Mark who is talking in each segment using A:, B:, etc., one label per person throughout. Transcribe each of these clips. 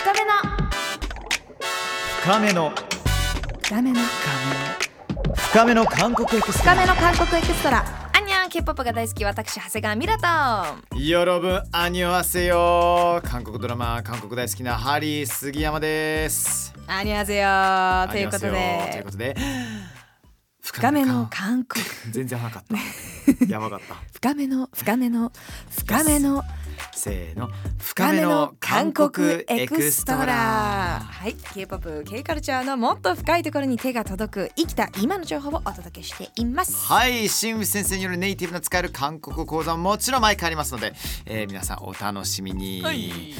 A: 深めの
B: 深
A: 深め
B: めの
A: の
B: 深めの韓国エクス
A: 深めの韓国エクストラアンニャン K-POP が大好き私長谷川ミラと
B: よろぶアニョハセヨ韓国ドラマ韓国大好きなハリー杉山です
A: アニャゼよということ
B: アニョハセヨという
A: で
B: ことで深
A: 深めの韓国
B: 全然わかったやばか った
A: 深めの深めの深めの
B: せーの深めの韓国エクストラ
A: はい K-POP K カルチャーのもっと深いところに手が届く生きた今の情報をお届けしています
B: はい新内先生によるネイティブの使える韓国講座ももちろん毎回ありますので、えー皆さんお楽しみに、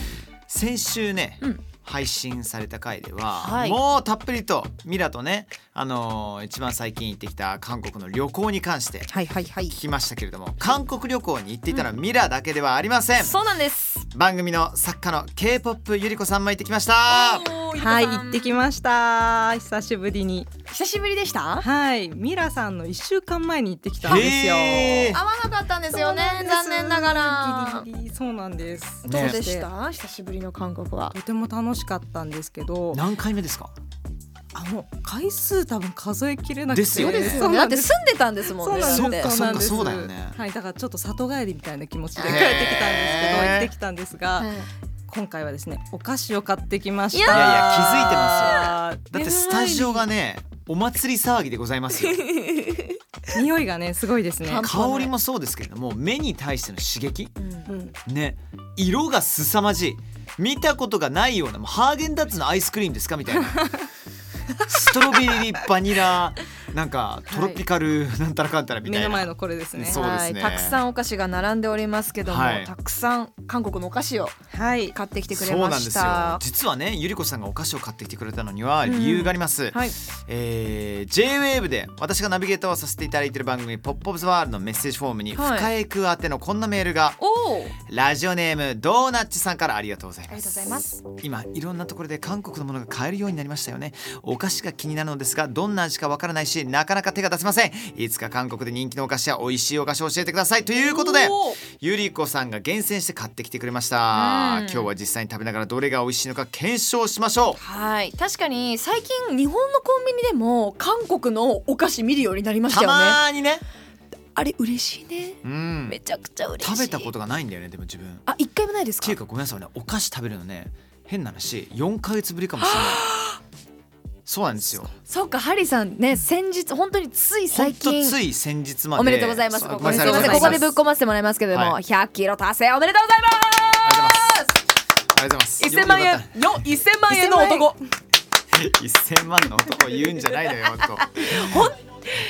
B: 先週ね、
A: うん
B: 配信された回では、
A: はい
B: もうたっぷりとミラとね、あのー一番最近行ってきた韓国の旅行に関して
A: はいはいはい
B: 聞きましたけれども韓国旅行に行っていたのはミラだけではありません、
A: そうなんです
B: 番組の作家の K-POP ゆり子さんも行ってきました
C: はい行ってきました久しぶりに
A: 久しぶりでした
C: はいミラさんの一週間前に行ってきたんですよ
B: へ ー
A: 合わなかったんですよね
C: そうなんです
A: 残念ながら
C: ギリギリそうなんです
B: ね
A: どうでした久しぶりの韓国は
C: とても楽しかったんですけど
B: 何回目ですか
C: あの回数多分数えきれなくて
B: ですよね
A: そう
C: そう
A: だ
C: な
A: っ
C: ん
A: て
C: です
A: 住んでたんですもんね
C: そうな
A: だ
C: んで
A: って
C: す
B: そっかそうだよね
C: はいだからちょっと里帰りみたいな気持ちで
A: へー
C: 帰ってきたんですけど行ってきたんですが、
A: はい
C: 今回はですねお菓子を買ってきました
A: いや
B: いやいや気づいて
C: いてます
B: だってスタジオがねお祭り騒ぎでござ いますよ
C: 匂いがねすごいですね
A: 半端ない
B: 香りもそうですけれども目に対しての刺激
A: うん
C: うん
B: ね色が凄まじい見たことがないようなもうハーゲンダッツのアイスクリームですかみたいな ストロベリーバニラなんかトロピカルなんたらかんたらみた
C: 目
B: い
C: の
B: な、
C: 前のこれですね
B: そうですね
A: はい、たくさんお菓子が並んでおりますけども、
B: はい
A: たくさん韓国のお菓子を
C: はい
A: 買ってきてくれ
B: そう
A: ま
B: なんで
A: し
B: すよ
A: た。
B: 実はねゆり子さんがお菓子を買ってきてくれたのには理由があります、
C: はい
B: えー JWAVE で私がナビゲーターをさせていただいている番組「ポップオブザワールドのメッセージフォームに
A: はい
B: 深江く宛てのこんなメールが
A: おお、
B: ラジオネームドーナッチさんからありがとうござい
A: ありが
B: ま
A: とうご
B: す
A: ざいます。
B: 今いろんなところで韓国のものが買えるようになりましたよねお菓子が気になるのですがどんな味かわからないしなかなか手が出せませんいつか韓国で人気のお菓子や美味しいお菓子を教えてくださいということで
A: おー
B: ゆりこさんが厳選して買ってきてくれました
A: うん
B: 今日は実際に食べながらどれが美味しいのか検証しましょ
A: はい、確かに最近日本のコンビニでも韓国のお菓子見るようになりま
B: う
A: した
B: た
A: よね。
B: まーにね
A: あれ嬉しいね。
B: うん
A: めちゃくちゃ嬉しい。。
B: 食べたこととがないんだよねでも自分っ
A: あ、一回もないです
B: て
A: か
B: いう。かごめんなさいねお菓子食べるのね変な話4ヶ月ぶりかもしれないそうなんですよ
A: そうか、ハリーさんね、先日本当につい
B: ほん
A: 最
B: と
A: 近。
B: つい先日まで
A: おめでとうございます。
B: そ
A: こ
B: う
A: こです
B: ご
A: み
B: めん
A: ま
B: な
A: せん、
B: さい
A: ここでぶっ込ませてもらいますけれども、
B: はい
A: 100キロ達成おめでとうございます。
B: ありがとうございます。ありがとうございます。
A: 1000万円よ1000万円の男
B: 一千万の男を言うんじゃないのよ、ほんと。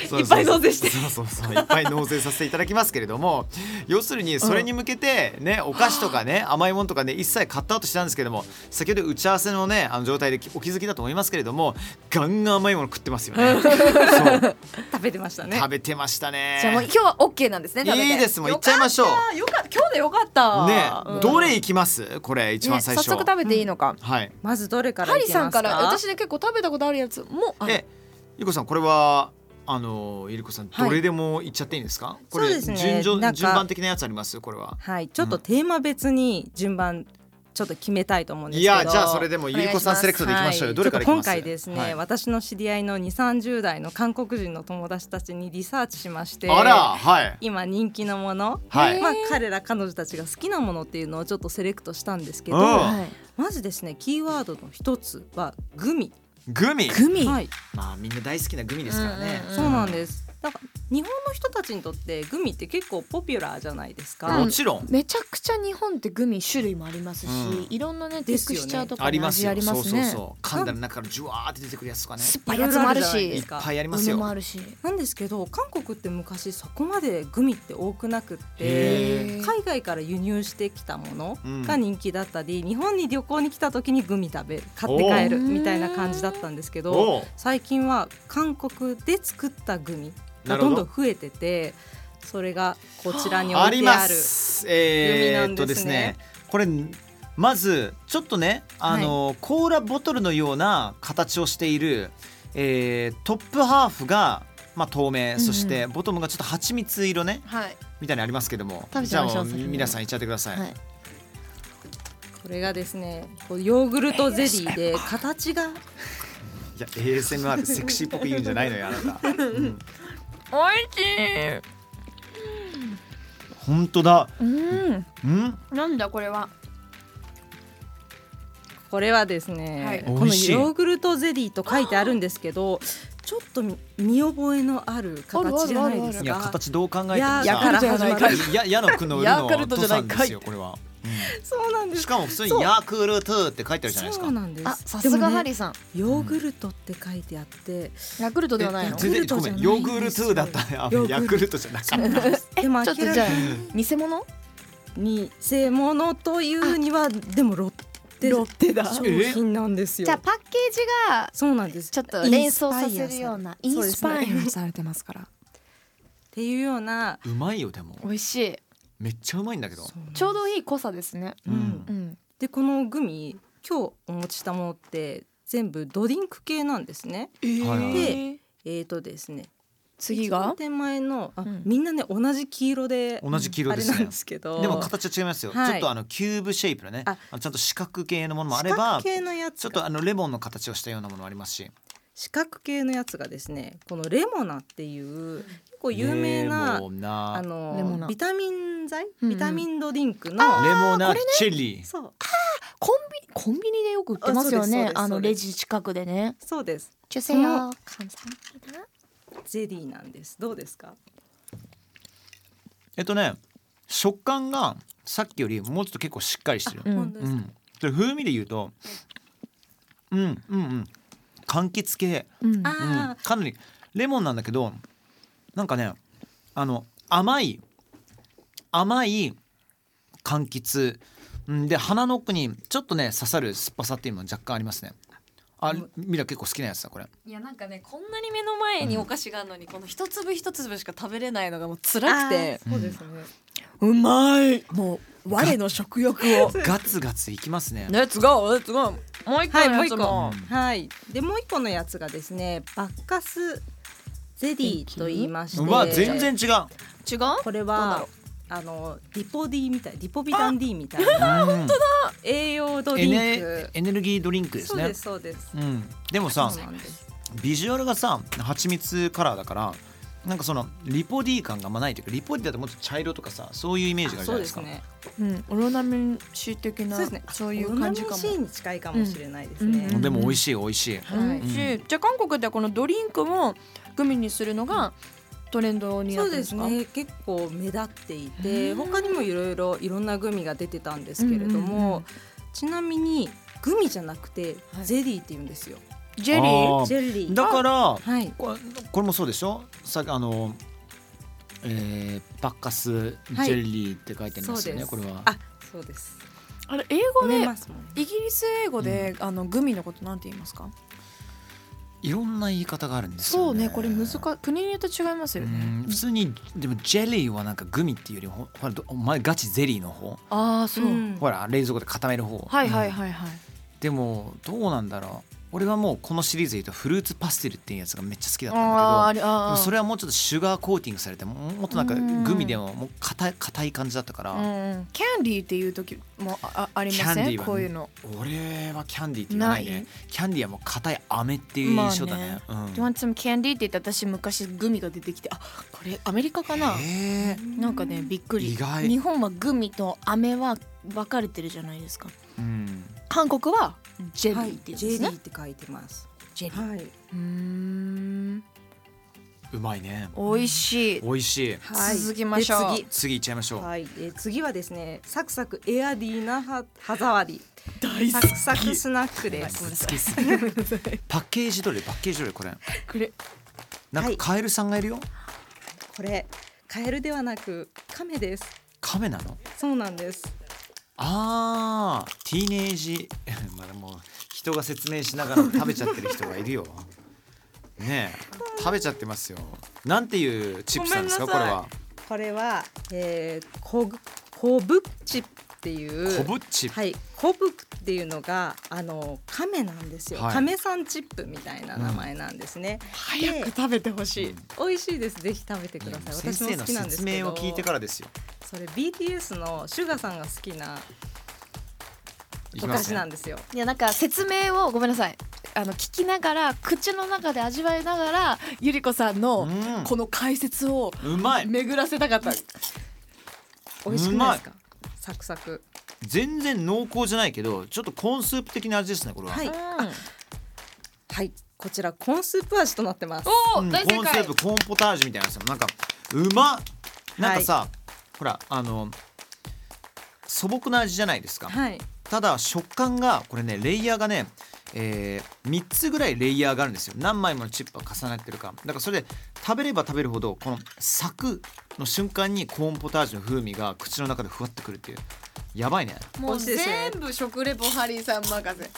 B: そうそうそう
A: いっぱい納税して
B: そうそうそういっぱい納税させていただきますけれども要するにそれに向けてねお菓子とかね甘いものとかね一切買った後したんですけれども先ほど打ち合わせのねあの状態でお気づきだと思いますけれどもガンガン甘いもの食ってますよねそう
C: 食べてましたね
B: 食べてましたね
A: じゃあもう今日は OK なんですね食べて
B: いいですもう行っちゃいましょう
A: よかったよかった今日でよかった
B: ね
A: うん
B: どれいきますこれ一番
A: ね
B: 最初
A: 早速食べていいのか、
B: はい
C: まずどれから
A: ハ
C: い
A: リ
C: きますか
A: さんから私ね結構食べたことあるやつもある
B: え、ゆこさんこれはあのゆりこさん
C: はい
B: どれでも言っちゃっていいんですか？これ
C: そうですね
B: 順序
C: なんか
B: 順番的なやつありますこれは。
C: はいちょっとテーマ別に順番ちょっと決めたいと思うんです
B: い
C: けど
B: やじゃあそれでも
A: お願い
B: ゆ
A: します
B: りこさんセレクトでいきましょうよ。
C: はい
B: どれからいき
C: ちょっ
B: ま
C: と今
B: す？
C: 回ですね、
B: はい
C: 私の知り合いの2 3 0代の韓国人の友達たちにリサーチしまして
B: あらはい
C: 今人気のもの、
B: はい
C: まあ、彼ら彼女たちが好きなものっていうのをちょっとセレクトしたんですけど、
B: うん
A: はい
C: まずですねキーワードの一つはグミ、
B: グミ。
A: グミ、
C: はい、
B: まあみんな大好きなグミですからね
A: うんうん。
C: そうなんですなんか日本の人たちにとってグミって結構ポピュラーじゃないですか、
A: うん
B: もちろん。
A: めちゃくちゃ日本ってグミ種類もありますし、
B: うん
A: いろんなねテ
C: で
A: ク
C: すよね
A: スチャーとか
B: あり
A: も
B: ます
A: 味
B: よ
A: あり
B: そ
A: ま
B: う
A: す
B: そう
A: ね
B: そう噛んだら中からジュワーって出てくるやつとかね
A: 酸っぱいやつもあるし
B: いっ
C: ぱ
B: ぱいあります
A: 梅も
B: よ
A: あるし
C: なんですけど韓国って昔そこまでグミって多くなくっ
B: へ
C: て
B: え
C: 海外から輸入してきたもの
B: うん
C: が人気だったり、日本に旅行に来た時にグミ食べる買って帰る
A: おー
C: みたいな感じだったんですけど
B: おう
C: 最近は韓国で作ったグミ
B: な
C: が
B: るほ
C: どん
B: ど
C: どん増えててそれがこちらに置
B: あ
C: い
B: り
C: て
B: ま
C: ある
B: す。えーっとですね、これまずちょっとね、あの、コーラボトルのような形をしている、えートップハーフが。まあ、透明、
A: うん
B: そしてボトムがちょっと蜂蜜色ね
A: はい
B: みたいなのありますけども
A: 食べち
B: じ
A: ゃい
B: ゃあ
A: ましょう
B: もう
A: 先に
B: 皆さんいっちゃってください、
A: はい
C: これがですねこうヨーグルトゼリーで形が
B: いや ASMR セクシーっぽく言うんじゃないのよあ なた、うん、
A: おいしい
B: 本当だ
A: うん
B: うん
A: なんだこれは
C: これはですね、
A: はい
C: この
B: 美
C: ヨ
B: 味しい
C: ーグルトゼリーと書いてあるんですけどちょっと見見覚えのある形じゃないです
B: いや
C: か
B: 形どう考えても
C: いや
B: さ
A: ヤ
C: ー
A: クルトじゃないか
B: いや矢のくのる
A: ヤ
B: の
A: クルトじゃない
B: ん
A: か
B: で
A: い
B: すよこれは、
C: そうなん
B: う
C: で
B: ん
C: す
B: しかも普通
C: そう
B: にヤクルトって書いてあるじゃないです
C: そ
B: か
C: うなんです
A: あさすがハリーさん
C: でもねヨーグルトって書いてあって、
A: ヤクルトではないの
B: え全然ごめんヨーグルトだったねあ
C: ヨーグルト
B: ヤクルトじゃなか った
A: え
C: でも
A: ちょっ
C: 明
A: と
C: ら
A: じゃ
C: か
A: あ偽物
C: に偽物というにはでもロッテ
A: ロッテだ
C: 商品なんですよ
D: じゃあパッケージが
C: そうなんです
D: ちょっと連想させるようなインスパイア
A: イアされてますから
C: っていうような
B: うまいよでも
D: 美味しい
B: めっちゃうまいんだけど
D: ちょうどいい濃さですね
C: うん
A: うん
C: でこのグミ今日お持ちしたものって全部ドリンク系なんですね
A: え
B: はいはい
A: ー
C: えーとですね
A: 次
C: 一
A: が
C: 番手前のあ、
A: うん
C: みんなね同じ黄色で
B: 同じ黄色です
C: あれな
B: ね
C: んですけど
B: でも形は違いますよ、
C: はい
B: ちょっとあのキューブシェイプのね
C: あ
B: あちゃんと四角形のものもあ
C: 四
B: れば
C: 角
B: ち
C: 系のやつ
B: ょっとあのレモンの形をしたようなものもありますし
C: 四角形のやつがですねこのレモナっていう結構有名な
B: レモナ
C: あ
A: レモナ
C: のビタミン剤
A: うんうん
C: ビタミンドリンク
B: レ
C: の、
B: モナチェリー
C: そう
D: コンビコンビニでよく売ってます
C: あ
D: よ
C: そうですそう
D: ね
C: です
D: あのレジ近くでね
C: そうです
D: ジュセヨ
C: うん
D: 感謝
C: ゼリーなんですどうですか
B: えっとね食感がさっきよりもうちょっと結構しっかりしてる
A: うん
C: 本当で
B: う
C: すか、
B: んで風味で言うとうんうんうん柑橘系、
A: うん
C: あ
B: うん
C: ー、
B: かなりレモンなんだけどなんかねあの甘い甘い柑橘うんで鼻の奥にちょっとね刺さる酸っぱさっていうのも若干ありますねあミラ結構好きなやつだこれ
E: いやなんかねこんなに目の前にお菓子があるのに、この一粒一粒しか食べれないのがもう辛くて
C: そうですね、
A: うまいもう我の食欲を
B: ガツガツいきますね
A: レッツゴーレッツゴーもう一個
C: はい
A: の
C: もう
A: や
C: 一
A: つ
C: 個
A: も
C: はいでもう一個のやつがですねバッカスゼリーと言いまして
B: うわ全然違う
A: 違う
C: これ
A: どうだ
C: は
A: ろ
C: あのリポ D みたいリポビタン D みたいな
B: 本当だ
C: 栄養ド
B: エ
C: リン
B: ネ
C: ク
B: エネルギードリンクです
C: そう
B: ね
C: ですそうです
B: うん、でもさ
C: そうなんです
B: ビジュアルがさ蜂蜜カラーだからなんかそのリポ D 感があんまないというかリポ D だともっと茶色とかさそういうイメージがあるじゃ
C: そ
B: な
C: う
B: い
C: で
B: です
C: す
B: か
C: ね
A: うんオロナミン C 的な
C: そうですね
A: そういう感じかも
C: オロナミン C に近いかもしれないですね、
A: うんうん
B: でも美味しい美味しい、
C: は
A: 美
C: い
A: 味しいじゃあ韓国ではこのドリンクもグミにするのがトレンドにな
C: そ
A: っ
C: う
A: てるんで
C: で
A: す
C: す
A: か
C: ね結構目立っていて
A: うん
C: 他にもいろいろいろんなグミが出てたんですけれど
A: うんうんう
C: も、
A: ん
C: ちなみにグミじゃなくて
A: はい
C: ゼリーって言うんですよ、
A: ジェリー
B: あ
C: ジェリー
B: だから
C: はい
B: ここれもそうでしょさあの、えー、バッカスジェリーって書いてありますよね、
C: はい
B: これは
C: あそうです
A: あれ英語
C: 飲め
A: で
C: ますもんね
A: イギリス英語であのグミのことなんて言いますか
B: いろんな言い方があるんですよね
A: そうねこれ難し国によって違いますよ
B: うん
A: ね
B: 普通にでもジェリーはなんかグミっていうよりほほらどお前ガチゼリーの方
A: ああそう
C: うん
B: ほら冷蔵庫で固める方
A: はいはい
B: うん
A: はいはい
B: でもどうなんだろう俺はもうこのシリーズで言うとフルーツパステルっていうやつがめっちゃ好きだったん
A: あー
B: だ
A: あ
B: け
A: れ
B: どで
A: あ
B: も
A: ー
B: それはもうちょっとシュガーコーティングされてももっとなんか
A: うん
B: グミでももう硬い硬い感じだったから、
A: うんうんキャンディーっていう時もああありま
B: キャン
A: せ
B: ディー
A: ん
B: は
A: こういうの
B: 俺はキャンディーって言わないね
A: ない
B: キャンディーはもう硬い飴っていう印象だね,、
A: でワンツーもキャンディーって言って私昔グミが出てきてあこれアメリカかな
B: うんへえ、
A: なんかねびっくり
B: 意外
A: 日本はグミと飴は分かれてるじゃないですか
B: うん、
A: 韓国はジェ
C: は
A: リー
C: い
A: って言
C: ジ
A: う
C: ェ
A: んですね、
C: リーって書いてます
A: ジェリー
C: はい、
A: うーん
B: うまいね
A: 美味しい
B: 美味しい
C: はい、
A: 続きましょう
C: で次
B: 次いっちゃいましょう、
C: はい、えー次はですねサクサクエアディーな歯歯触り
A: 大
C: サクサクスナックで
B: 好
C: す
B: きすぎパッケージどれパッケージどれこれ
A: これ
B: なんかカエルさんがいるよ
C: これカエルではなくカメです
B: カメなの
C: そうなんです
B: ああ、ティーネージ まだもう人が説明しながら食べちゃってる人がいるよ。ねえ、食べちゃってますよ。なんていうチップスなんですか
A: ご
B: これ
A: めんなさい
B: は。
C: これは、えー、コブコブチっていう
B: コブチップ。
C: はいコブっていうのがあのカメなんですよ、
B: はい
C: カメさんチップみたいな名前なんですね、
A: 早く食べてほしい
C: 美味しいですぜひ食べてくだ
B: いや
C: さい
B: 先生
C: 私も好
B: の
C: きなんです
B: 説
C: けど
B: 明を聞いてからですよ。
C: それ BTS のシュガさんが好きな
B: い
C: お
B: きま
C: 菓
B: す
C: 子
B: ね
C: なんですよ。
A: いやなんか説明をごめんなさいあの聞きながら口の中で味わいながらゆり子さんの
B: うん
A: この解説を
B: うまい
A: 巡らせたかった、
C: 美味しくないですか？サクサク。
B: 全然濃厚じゃないけどちょっとコーンスープ的な味ですねこれは、
C: はい。
F: うん
C: はい。こちらコーンスープ味となってます。
F: お
B: う
F: ー
B: ん
F: 大
B: コー
F: 正
B: ンス
F: 解
B: ープコーンポタージュみたいなやつなんかうまっなんかさ、ほらあの素朴な味じゃないですか、
C: はい。
B: ただ食感がこれねレイヤーがね、え3つぐらいレイヤーがあるんですよ何枚ものチップが重なってるかだからそれで食べれば食べるほどこのサクの瞬間にコーンポタージュの風味が口の中でふわってくるっていうやばいね
F: もう
C: 美味しいですね
F: 全部食レポハリーさん任せ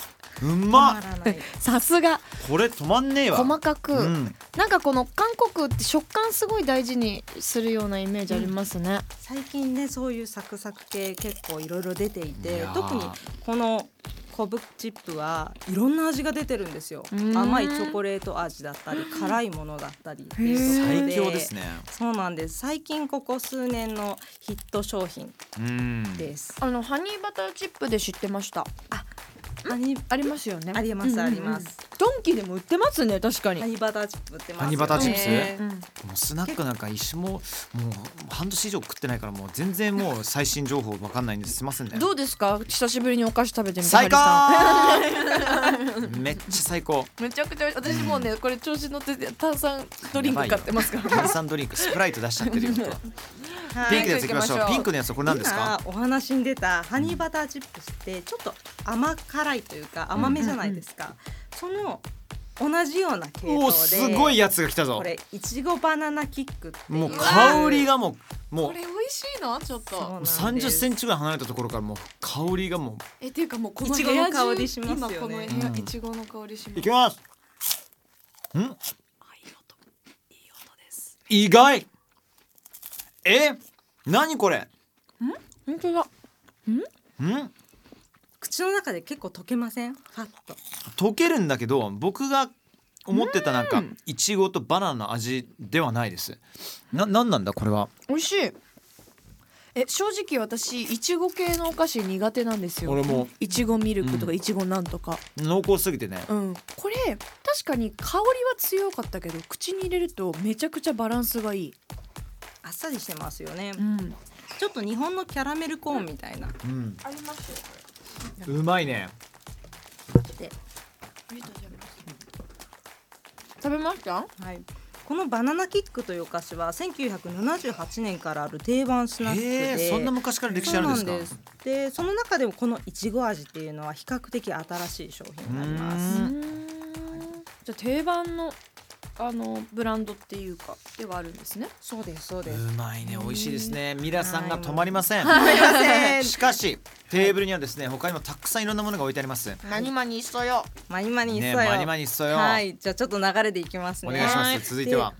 B: うまっ
C: 止まらない。
A: さすが
B: これ止まんねえわ
A: 細かく、
B: うん、
A: なんかこの韓国って食感すごい大事にするようなイメージありますね、
C: 最近ねそういうサクサク系結構いろいろ出てい
B: い
C: て
B: やー
C: 特にこのコブチップはいろんな味が出てるんですよ
A: うん
C: 甘いチョコレート味だったり辛いものだったりっていうところ
B: 最
C: で
B: 強ですね
C: そうなんです最近ここ数年のヒット商品
B: うん
C: です、
A: あのハニーバターチップで知ってました
C: ハニ
A: ありますよね
C: あります
A: うんうんうん
C: あります
A: ドンキでも売ってますね確かに、
C: ハニーバターチップ売ってます
B: ハニーバターチップス、
G: え
A: うん
B: もうスナックなんか一緒ももう半年以上食ってないからもう全然もう最新情報わかんないんですすいませんね
A: どうですか久しぶりにお菓子食べてみて
B: 最
A: ハ
B: 高めっちゃ最高
F: めちゃくちゃ私もうねこれ調子乗ってて炭酸ドリンク買ってますから
B: 炭酸ドリンクスプライト出しちゃってるよ本当は
C: は
B: ピ
C: い
B: ンクのやついきましょ
F: は
B: う
F: い
B: ピンクのやつはこれ何ですか
C: 今お話に出たハニーバターチップスってちょっと甘辛いというか甘めじゃないですか、その同じような系統で
B: おおすごいやつが来たぞ
C: これいちごバナナキックっていう
B: もう香りがもうも
G: こ
B: う
G: れ美味しいなちょっ
C: そう
G: と
C: なんです
B: 30センチぐらい離れたところからもう香りがも
G: えっていうかもうこの
C: いち
G: 部
C: ごの
G: 屋中
C: 香りしますよね
G: 今この部屋
B: うん
G: いちごの香りし
B: う
G: ま
B: い
G: す
B: きますん
G: あいい音いい音です
B: 意外え何これ
A: 本当だ
B: ん
C: 口の中で結構溶けませんファッと
B: 溶けるんだけど僕が思ってたなんかいちごとバナナの味ではないですな何なんだこれは
A: 美味しいえ正直私いちご系のお菓子苦手なんですよ
B: 俺も
A: いちごミルクと
B: う
A: か
B: ん
A: いちごなんとか
B: 濃厚すぎてね
A: うん、これ確かに香りは強かったけど口に入れるとめちゃくちゃバランスがいい、
C: あっさりしてますよね、
A: ん、
C: ちょっと日本のキャラメルコーンみたいな、
B: うんうまいね
A: 食べました
C: はい、このバナナキックというお菓子は1978年からある定番スナック
B: へ
C: で
B: えそんな昔から歴史あるんですか
C: そうなんですでその中でもこのいちご味っていうのは比較的新しい商品になります
B: う
A: うんんじゃあ定番のあのブランドっていうかではあるんですね
C: そうですそう
B: う
C: です
B: まいね美味しいですねミラさんが止まりませんしかしテーブルにはですね他にもたくさんいろんなものが置いてあります
A: 何まにいっそよ
C: マニマニ
B: ね
C: そうよ、
B: マニマニストよ
C: はいじゃあちょっと流れでいきます
B: お
C: ね
B: 願いします続いては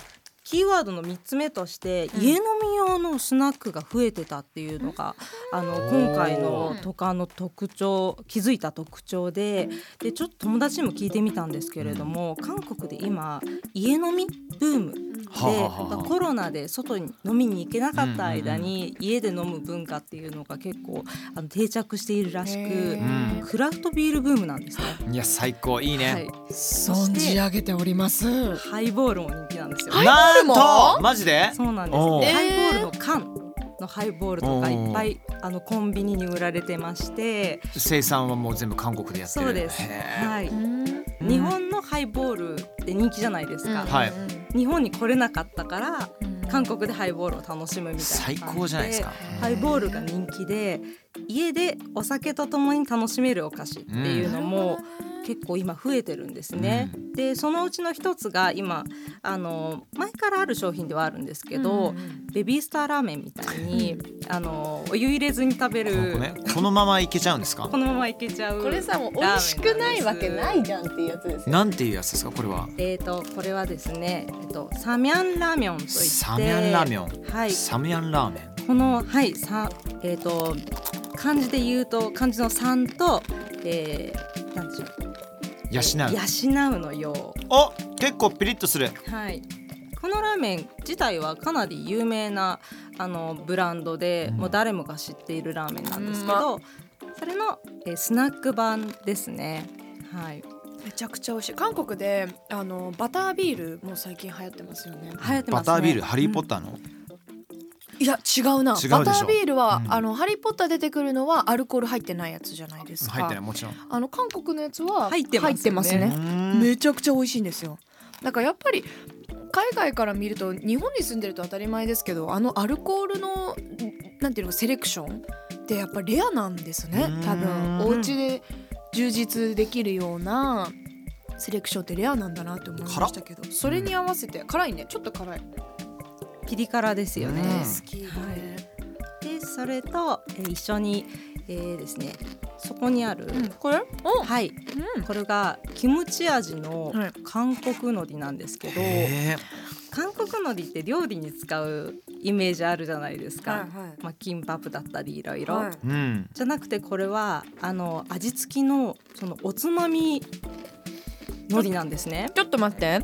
C: キーワードの3つ目として、家飲み用のスナックが増えてたっていうのが、あの今回の渡韓の特徴気づいた特徴ででちょっと友達にも聞いてみたんですけれども韓国で今家飲みブームで
B: はあはあはあ
C: コロナで外に飲みに行けなかった間に家で飲む文化っていうのが結構あの定着しているらしく
B: ん
C: クラフトビールブームなんですね。
B: いや最高いい
C: は
B: ね
C: い、
F: 存
C: じ
F: 上げております
C: ハイボールも人気なんですよ。
B: なん
F: ハイボール
B: と
F: も
B: マジで
C: そうなんで
B: おう
C: す。ハイボールの缶のハイボールとか
B: おう
C: いっぱいあのコンビニに売られてまして、
B: 生産はもう全部韓国でやってる
C: そうです。
B: へ
C: はい。
A: うん
B: うん
C: 日本のハイボールって人気じゃないですか。
A: うん
B: はい
C: 日本に来れなかったから韓国でハイボールを楽しむみたいな
B: え最
C: 感じで
B: 高じゃないですか
C: ハイボールが人気で家でお酒とともに楽しめるお菓子っていうのも結構今増えてるんですね。でそのうちの一つが今あの前からある商品ではあるんですけど、ベビースターラーメンみたいにあのお湯入れずに食べ
B: こ
C: る
B: のねこのままいけちゃうんですか
C: このままいけちゃう。
F: これさもう美味しくないわけないいじゃんっていうやつですよ
B: なんていうやつですかこれは
C: えー、とこれはですね、えっと、サミャンラーメンといって
B: サミャンラーメン
C: はい、
B: サムヤンラーメン
C: このはいさえっ、と漢字で言うと漢字の三と、えー、なんでしょう
B: 養う
C: 養うのよ
B: お結構ピリッとする
C: うはいこのラーメン自体はかなり有名なあのブランドで、
B: うん
C: もう誰もが知っているラーメンなんですけど、それの、えースナック版ですね。はい、
A: めちゃくちゃ美味しい韓国であのバタービールも最近流行ってますよね
C: 流行ってますね。
B: バタービール、ハリー・ポッタ
C: タ
B: ーの、
A: いや違うな
B: 違うでしょ
A: バタービールは、
B: うん
A: あのハリーポッター出てくるのはアルコール入ってないやつじゃないですか
B: 入ってないもちろん、う
A: あの韓国のやつは
C: 入ってますよね
A: ね
B: ーん
A: めちゃくちゃ美味しいんですよだからやっぱり海外から見ると日本に住んでると当たり前ですけどあのアルコールのんなんていうのセレクションってやっぱレアなんですね
B: うん
A: 多分お家で充実できるようなセレクションってレアなんだなって思いましたけどそれに合わせて辛いねちょっと辛い、
C: ピリ辛ですよね。
B: うん
A: 好きだね、
C: でそれと、えー一緒に、えーですねそこにある、
A: うんこれお
C: はい、
A: うん
C: これがキムチ味の
A: はい
C: 韓国海苔なんですけど、
B: へ
C: 韓国海苔って料理に使うイメージあるじゃないですか、
H: はい
C: まあ、キンパプだったりいろいろ。
H: はい
B: ーうん、
C: じゃなくてこれはあの味付きのそのおつまみ海苔なんですね。
A: ちょっと待って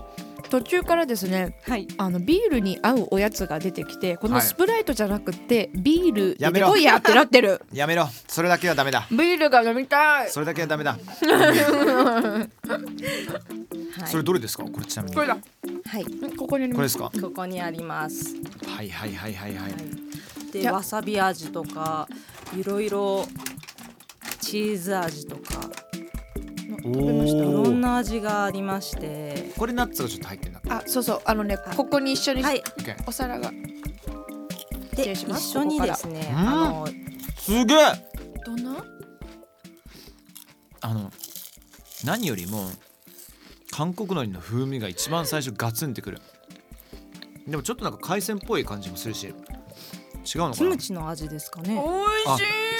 A: 途中からですね
C: はい。
A: あのビールに合うおやつが出てきてこの
B: はい
A: スプライトじゃなくてビール
B: やめろ
A: おやってなってる
B: やめろそれだけはダメだ
A: ビールが飲みたい
B: それだけはダメだ、
C: はい
B: それどれですかこれちなみに
A: これだ
C: はい。
A: ここにあり
B: これ
A: ま
B: ですすか
C: ここにあります。
B: はいはいはいはいはい、
C: で
A: じゃ
C: わさび味とかいろいろチーズ味とか
B: お
C: いろん
B: お
C: な味がありまして。
B: これナッツがちょっと入ってるんだ
A: あそうそうあのねここに一緒に、
C: はい。
B: OK
A: お皿が失
C: で
A: 礼し
C: 一
A: ます
C: 緒にですね
B: ここから
C: あの
B: すげえ
A: どんな
B: あの何よりも韓国海苔の風味が一番最初ガツンってくるでもちょっとなんか海鮮っぽい感じもするし違うの
C: キ
B: かな
C: ムチの味ですかね。
B: あ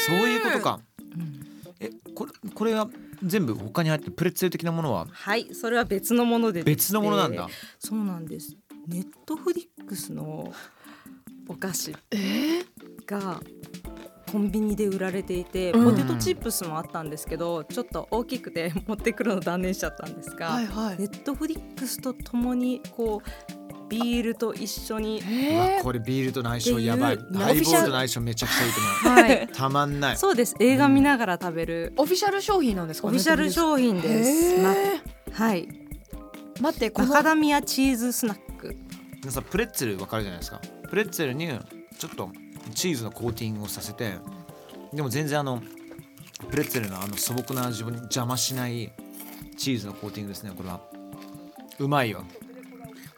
B: そういうことか
C: うん
B: えこれこれは全部他に入ってるプレッツェル的なものは
C: はい。それは別のもので
B: 別のものなんだ。
C: そうなんです。ネットフリックスのお菓子がコンビニで売られていて、
A: うん
C: ポテトチップスもあったんですけど、ちょっと大きくて持ってくるの断念しちゃったんですが、
A: はいはい
C: ネットフリックスとともにこうビールと一緒に、
B: うわ
A: え
B: これビールとの相性やばい
C: っていう
B: ハイボールとの相性めちゃくちゃいいと思
C: はい、
B: う たまんない
C: そうです。映画見ながら食べる
A: オフィシャル商品なんですか
C: オフィシャル商
A: 品
C: 品です。まはい、
A: 待ってこ
C: マ
A: の
C: カダミアチーズスナック。
B: 皆さんプレッツェルわかるじゃないですかプレッツェルにちょっとチーズのコーティングをさせてでも全然あのプレッツェルのあの素朴な味を邪魔しないチーズのコーティングですねこれはうまいよ、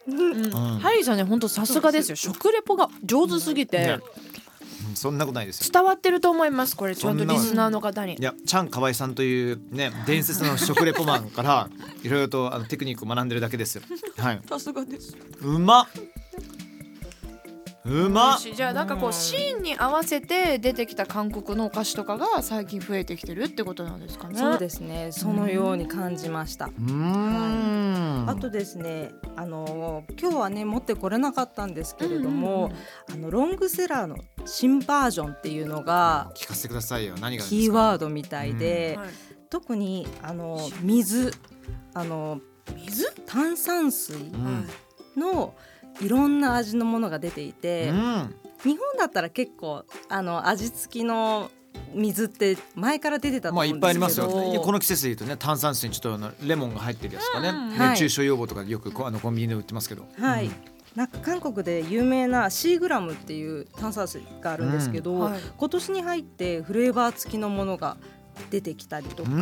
A: うん
B: うん
A: ハリーさんね本当さすがですよ食レポが上手すぎて
B: ねうんそんなことないですよ
A: 伝わってると思いますこれちゃんとリスナーの方に
B: いやチャンカワイさんというね伝説の食レポマンから いろいろとあのテクニックを学んでるだけですよはい
A: さすがです
B: うまっうまっ
A: よしじゃあなんかこうシーンに合わせて出てきた韓国のお菓子とかが最近増えてきてるってことなんですかね
C: そうですね。そのように感じました。
B: うーん
C: あとですね、あの今日はね持ってこれなかったんですけれども、あのロングセラーの新バージョンっていうのが
B: 聞かせてくださいよ何がですか
C: キーワードみたいで、
H: うんはい
C: 特にあの水、あの水炭酸水
B: うん
C: のいろんな味のものが出ていて、
B: うん
C: 日本だったら結構あの味付きの水って前から出てたと
B: ま
C: 思
B: あ
C: うん
B: い
C: です
B: っ
C: け
B: ぱいあ
C: ど、
B: りますよ。この季節で言うとね炭酸水にちょっとあのレモンが入ってるやつとかね、
C: はい
B: 熱中症予防とかよくこうあのコンビニで売ってますけど。
C: はい、
B: うん
C: なんか韓国で有名なシーグラムっていう炭酸水があるんですけど、
A: はい
C: 今年に入ってフレーバー付きのものが出てきたりとか、
B: うん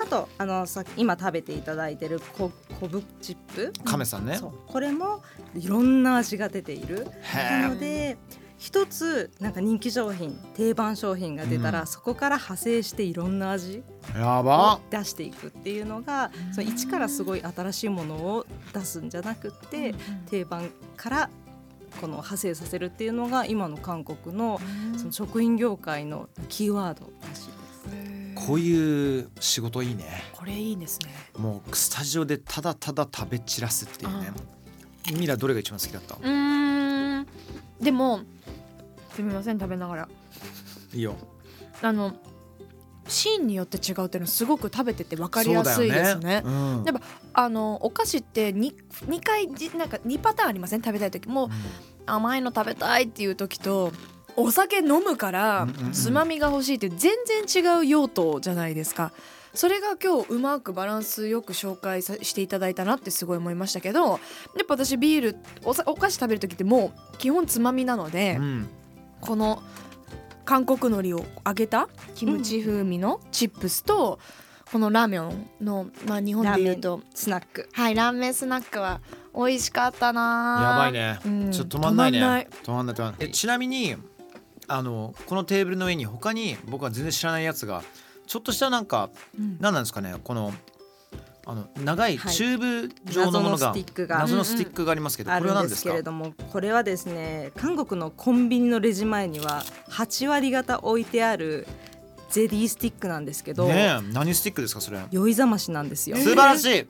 C: あとあのさ今食べていただいてるココブチップ、
B: 亀さんね
C: そ。うこれもいろんな味が出ているな
B: へ
C: ので一つなんか人気商品定番商品が出たら、
B: うん
C: そこから派生していろんな味
B: え。やば
C: を。出していくっていうのがその一からすごい新しいものを出すんじゃなくって、定番からこの派生させるっていうのが今の韓国のその職員業界のキーワードらしいです。
B: こういう仕事いいね。
A: これいいですね
B: もうスタジオでただただ食べ散らすっていうね。ミラどれが一番好きだった？
A: うーんでもすみません食べながら
B: いいよ。
A: あのシーンによって違うっていうのはすごく食べてて分かりやすいです
B: そう
A: ね
B: だようん
A: やっあのお菓子って 2, 二回じなんか2パターンありません食べたい時もう
B: うん
A: 甘いの食べたいっていう時とお酒飲むから
B: うんうんうん
A: つまみが欲しいっていう全然違う用途じゃないですか。それが今日うまくバランスよく紹介さしていただいたなってすごい思いましたけどやっぱ私ビールおさお菓子食べる時ってもう基本つまみなので、
B: うん
A: この韓国海苔を揚げたキムチ風味のチップスと、このラーメンの、まあ、日本でいうと
C: スナック
A: はいラーメンスナックは美味しかった
B: やばい
A: な
B: ね
A: やばいね、うん
B: ちょっと止まんないね止まんない止まんないえちなみにあのこのテーブルの上に他に僕は全然知らないやつがちょっとしたなんか、
A: うん
B: 何なんですかねこのあの長い
C: はい
B: チューブ状のものが、
C: 謎のスティックが
B: 謎のスティックがありますけど、
C: あ
B: これ
C: る
B: は何
C: んで
B: ですすか
C: けれどもこれはですね韓国のコンビニのレジ前には8割方置いてあるゼリースティックなんですけど、
B: ねえ何スティックですかそれ
C: 酔いざましなんですよ
B: 素晴らしい、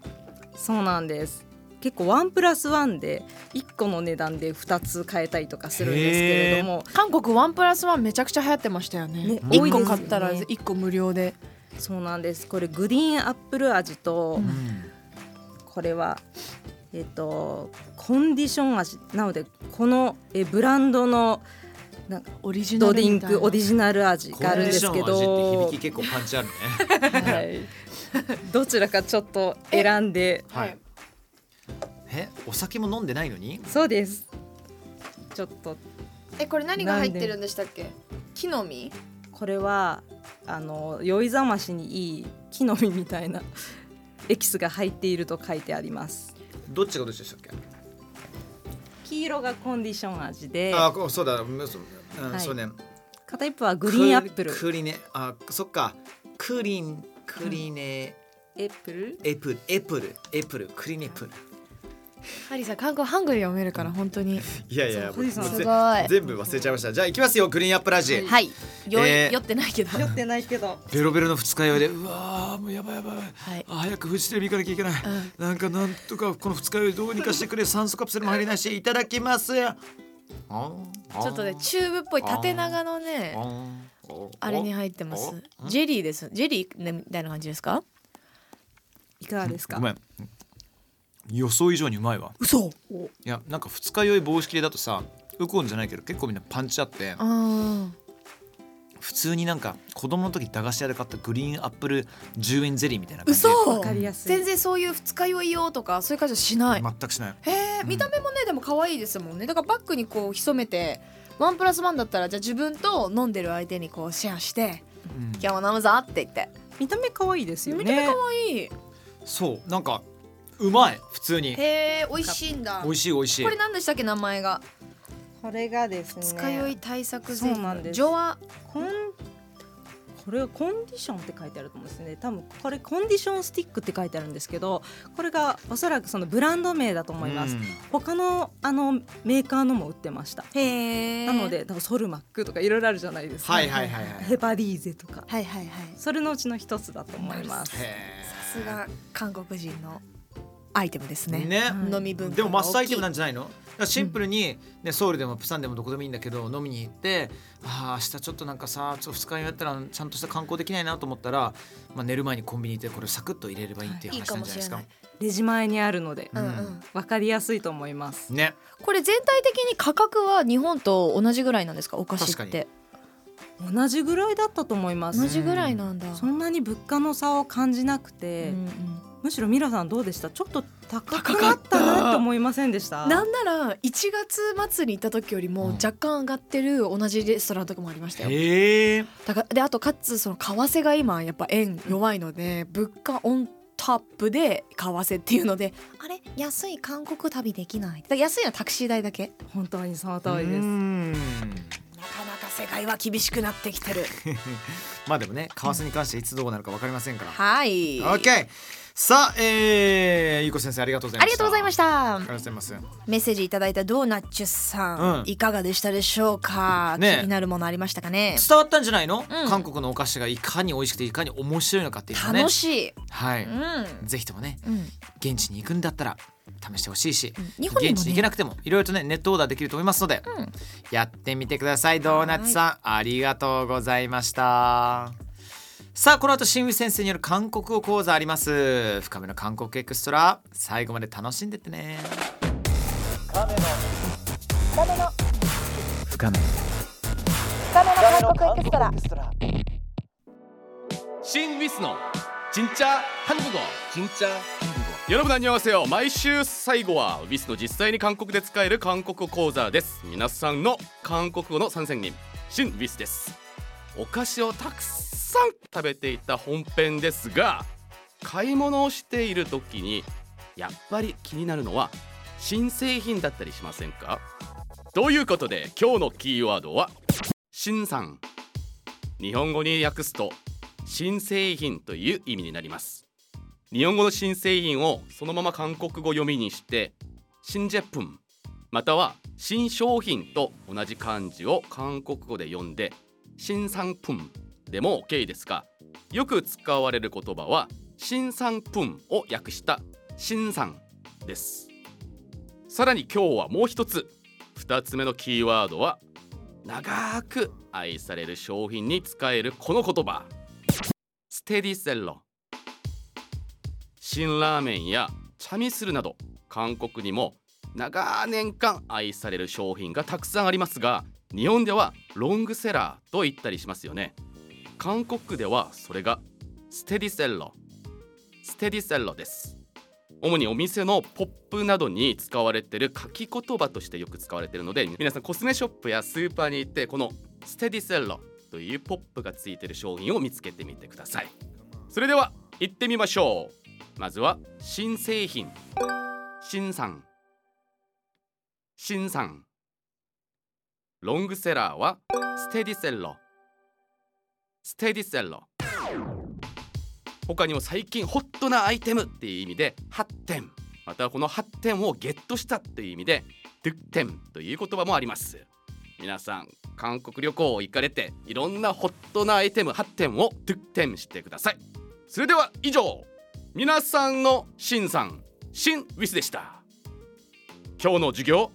C: そうなんです結構ワンプラスワンで1個の値段で2つ買えたりとかするんですけれども
A: 韓国ワンプラスワンめちゃくちゃ流行ってましたよね
C: ね
A: 一
C: 多い
A: 個
C: ですよね
A: 買ったら一個無料で
C: そうなんですこれグリーンアップル味
B: う
C: と、
B: ん
C: これはえっとコンディション味なのでこのえブランドの
A: オリジナ
C: ド
A: ル
C: リン
A: みたいな
C: クオリジナル味があるんですけ
B: コンディション味っ
C: ど
B: て響き結構パンチある ね
C: はい、どちらかちょっと選んで
B: はいえお酒も飲んでないのに
C: そうですちょっと
A: えこれ何
C: が入ってる
A: んでしたっけ木の実
C: これはあの酔いざましにいい木の実みたいなエキスが入っていると書いてあります
B: どっちがどっちでしたっけ、
C: 黄色がコンディション味で
B: あこそうだ、うんそううん
C: はい
B: そうね
C: 片一方はグリーンアップル
B: クリネあそっかクリンクリネ、
C: エップル
B: エプルエプルエプルクリネプル
I: ハリーさん韓国ハングル読めるから本 当に
B: いやいや
C: そう堀さん
B: もうぜ
I: すごい
B: 全部忘れちゃいましたじゃあ行きますよクリーンアップラジ、
I: はい酔い、
B: えー
I: 酔って ないけど
C: 酔ってないけど
B: ベロベロの二日酔いでうわーもうやばいやばい、
I: い
B: あ早くフジテレビ行かなきゃいけない、なんかなんとかこの二日酔いどうにかしてくれ酸素カプセルも入れないしいただきますあ
I: ち
B: ち
I: ょっとねチューブっぽい縦長のねあれに入ってます
B: あ
I: ジェリーですジェリーねみたいな感じですか
C: いかがですか
B: ごめん予想以上にうまいわ
A: 嘘
B: いやなんか二日酔い防止系だとさウコンじゃないけど結構みんなパンチあって
I: あ
B: 普通になんか子供の時駄菓子屋で買ったグリーンアップル10円ゼリーみたいな感じで
I: 嘘
C: わかりやすい
A: 全然そういう二日酔い用とかそういう感じはしない
B: 全くしない
A: へえ
B: うん
A: 見た目もねでも可愛いですもんねだからバッグにこう潜めてワンプラスワンだったらじゃあ自分と飲んでる相手にこうシェアして
B: うん
I: ー今日も飲むぞって言って
C: 見た目可愛いですよね
A: 見た目可愛い、
B: そうなんかうまい普通に
A: へえ美味しいんだ
B: 美味しい美味しい
A: これ何でしたっけ名前が
C: これがですね
A: 二日酔い対策ゼリ
C: そうなんで
A: ー
C: す
A: ジョア
C: コンこれはコンディションって書いてあると思うんですね多分これコンディションスティックって書いてあるんですけどこれがおそらくそのブランド名だと思います、
B: うん
C: 他のあのメーカーのも売ってました
A: へ
C: なので多分ソルマックとかいろいろあるじゃないですか、
B: はいはいはいはい
C: ヘバリーゼとか
A: はいはいはい
C: それのうちの一つだと思います
B: へ
A: さすが韓国人のアイテムです
B: ー
A: ね
B: ね
A: 飲み文化
B: でもマッサージテーブ
A: な
B: なんじゃないのだからシンプルに、ね、ソウルでもプサンでもどこでもいいんだけど飲みに行ってああ明日ちょっとなんかさちょっと二日酔いだったらちゃんとした観光できないなと思ったら、まあ、寝る前にコンビニ行ってこれサクッと入れればいいっていう
I: いい
B: 話
I: か
B: なん
I: も
B: じゃない
I: しれ
B: ですか。
I: ない
C: レジ前にあるので
B: うん
C: わかりやすいと思います
B: ね、
I: これ全体的に価格は日本と同じぐらいなんですかお菓子っ
B: 確かに
I: て
C: 同じぐらいだったと思いま
I: 同
C: す
I: じぐらいなんだ
C: そんなに物価の差を感じなくて、
I: うん
C: むしろミラさんどうでしたちょっと高くなったなって思いませんでした
A: なんなら1月末に行った時より
B: うん
A: も若干上がってる同じレストランとかもありましたよ。
B: へえ
A: だからであとかつその為替が今やっぱ円弱いので物価オンタップで為替っていうのであれ安い韓国旅できないだから安いのはタクシー代だけ
C: 本当にその通りです
A: なかなか世界は厳しくなってきてる
B: まあでもね為替に関していつどうなるか分かりませんから。
A: はい
B: オッケーさあ、えー、ゆうこ先生ありがとうござい
A: あ
B: ました。
A: りがとうございまし
B: あ
A: た
B: りがとうございます。
A: メッセージいただいたドーナッチュさん、
B: うん
A: いかがでしたでしょうか、
B: ねえ
A: 気になるものありましたかね
B: 伝わったんじゃないの、
A: うん
B: 韓国のお菓子がいかに美味しくていかに面白いのかっていうのね
A: 楽。しい、
B: はい、
A: う
B: ぜひともね
A: んうん、
B: 現地に行くんだったら試してほしいし、
A: 日本にもね
B: 現地に行けなくてもいろいろとねネットオーダーできると思いますので、やってみてくださいドーナツさんありがとうございましたさあこの後新宇先生による韓国語講座あります深めの韓国エクストラ最後まで楽しんでってね深めの深めの
J: 신 위스노 진짜 한국어 진짜 한국어 여러분 안녕하세요毎週最後はウィスの実際に韓国で使える韓国講座です皆さんの韓国語の参戦人シンウィスですお菓子をたくさん食べていた本編ですが買い物をしている時にやっぱり気になるのは新製品だったりしませんかということで今日のキーワードは新産日本語に訳すと新製品という意味になります日本語の新製品をそのまま韓国語読みにして新ジェプンまたは新商品と同じ漢字を韓国語で読んで新産品でも OK ですがよく使われる言葉は新産品を訳した新産ですさらに今日はもう一つ2つ目のキーワードは長く愛される商品に使えるこの言葉ステディセロ辛ラーメンやチャミスルなど韓国にも長年間愛される商品がたくさんありますが日本ではロングセラーと言ったりしますよね韓国ではそれがステディセロステディセロです主にお店のポップなどに使われてる書き言葉としてよく使われてるので皆さんコスメショップやスーパーに行ってこのステディセロというポップがついてる商品を見つけてみてくださいそれでは行ってみましょうまずは新製品新産新産ロングセラーはステディセロステディセロ他にも最近ホットなアイテムっていう意味で8点またはこの8点をゲットしたっていう意味でドゥッテンという言葉もあります皆さん韓国旅行行かれていろんなホットなアイテム8点をドゥッテンしてくださいそれでは以上皆さんのシンさんシンウィスでした今日の授業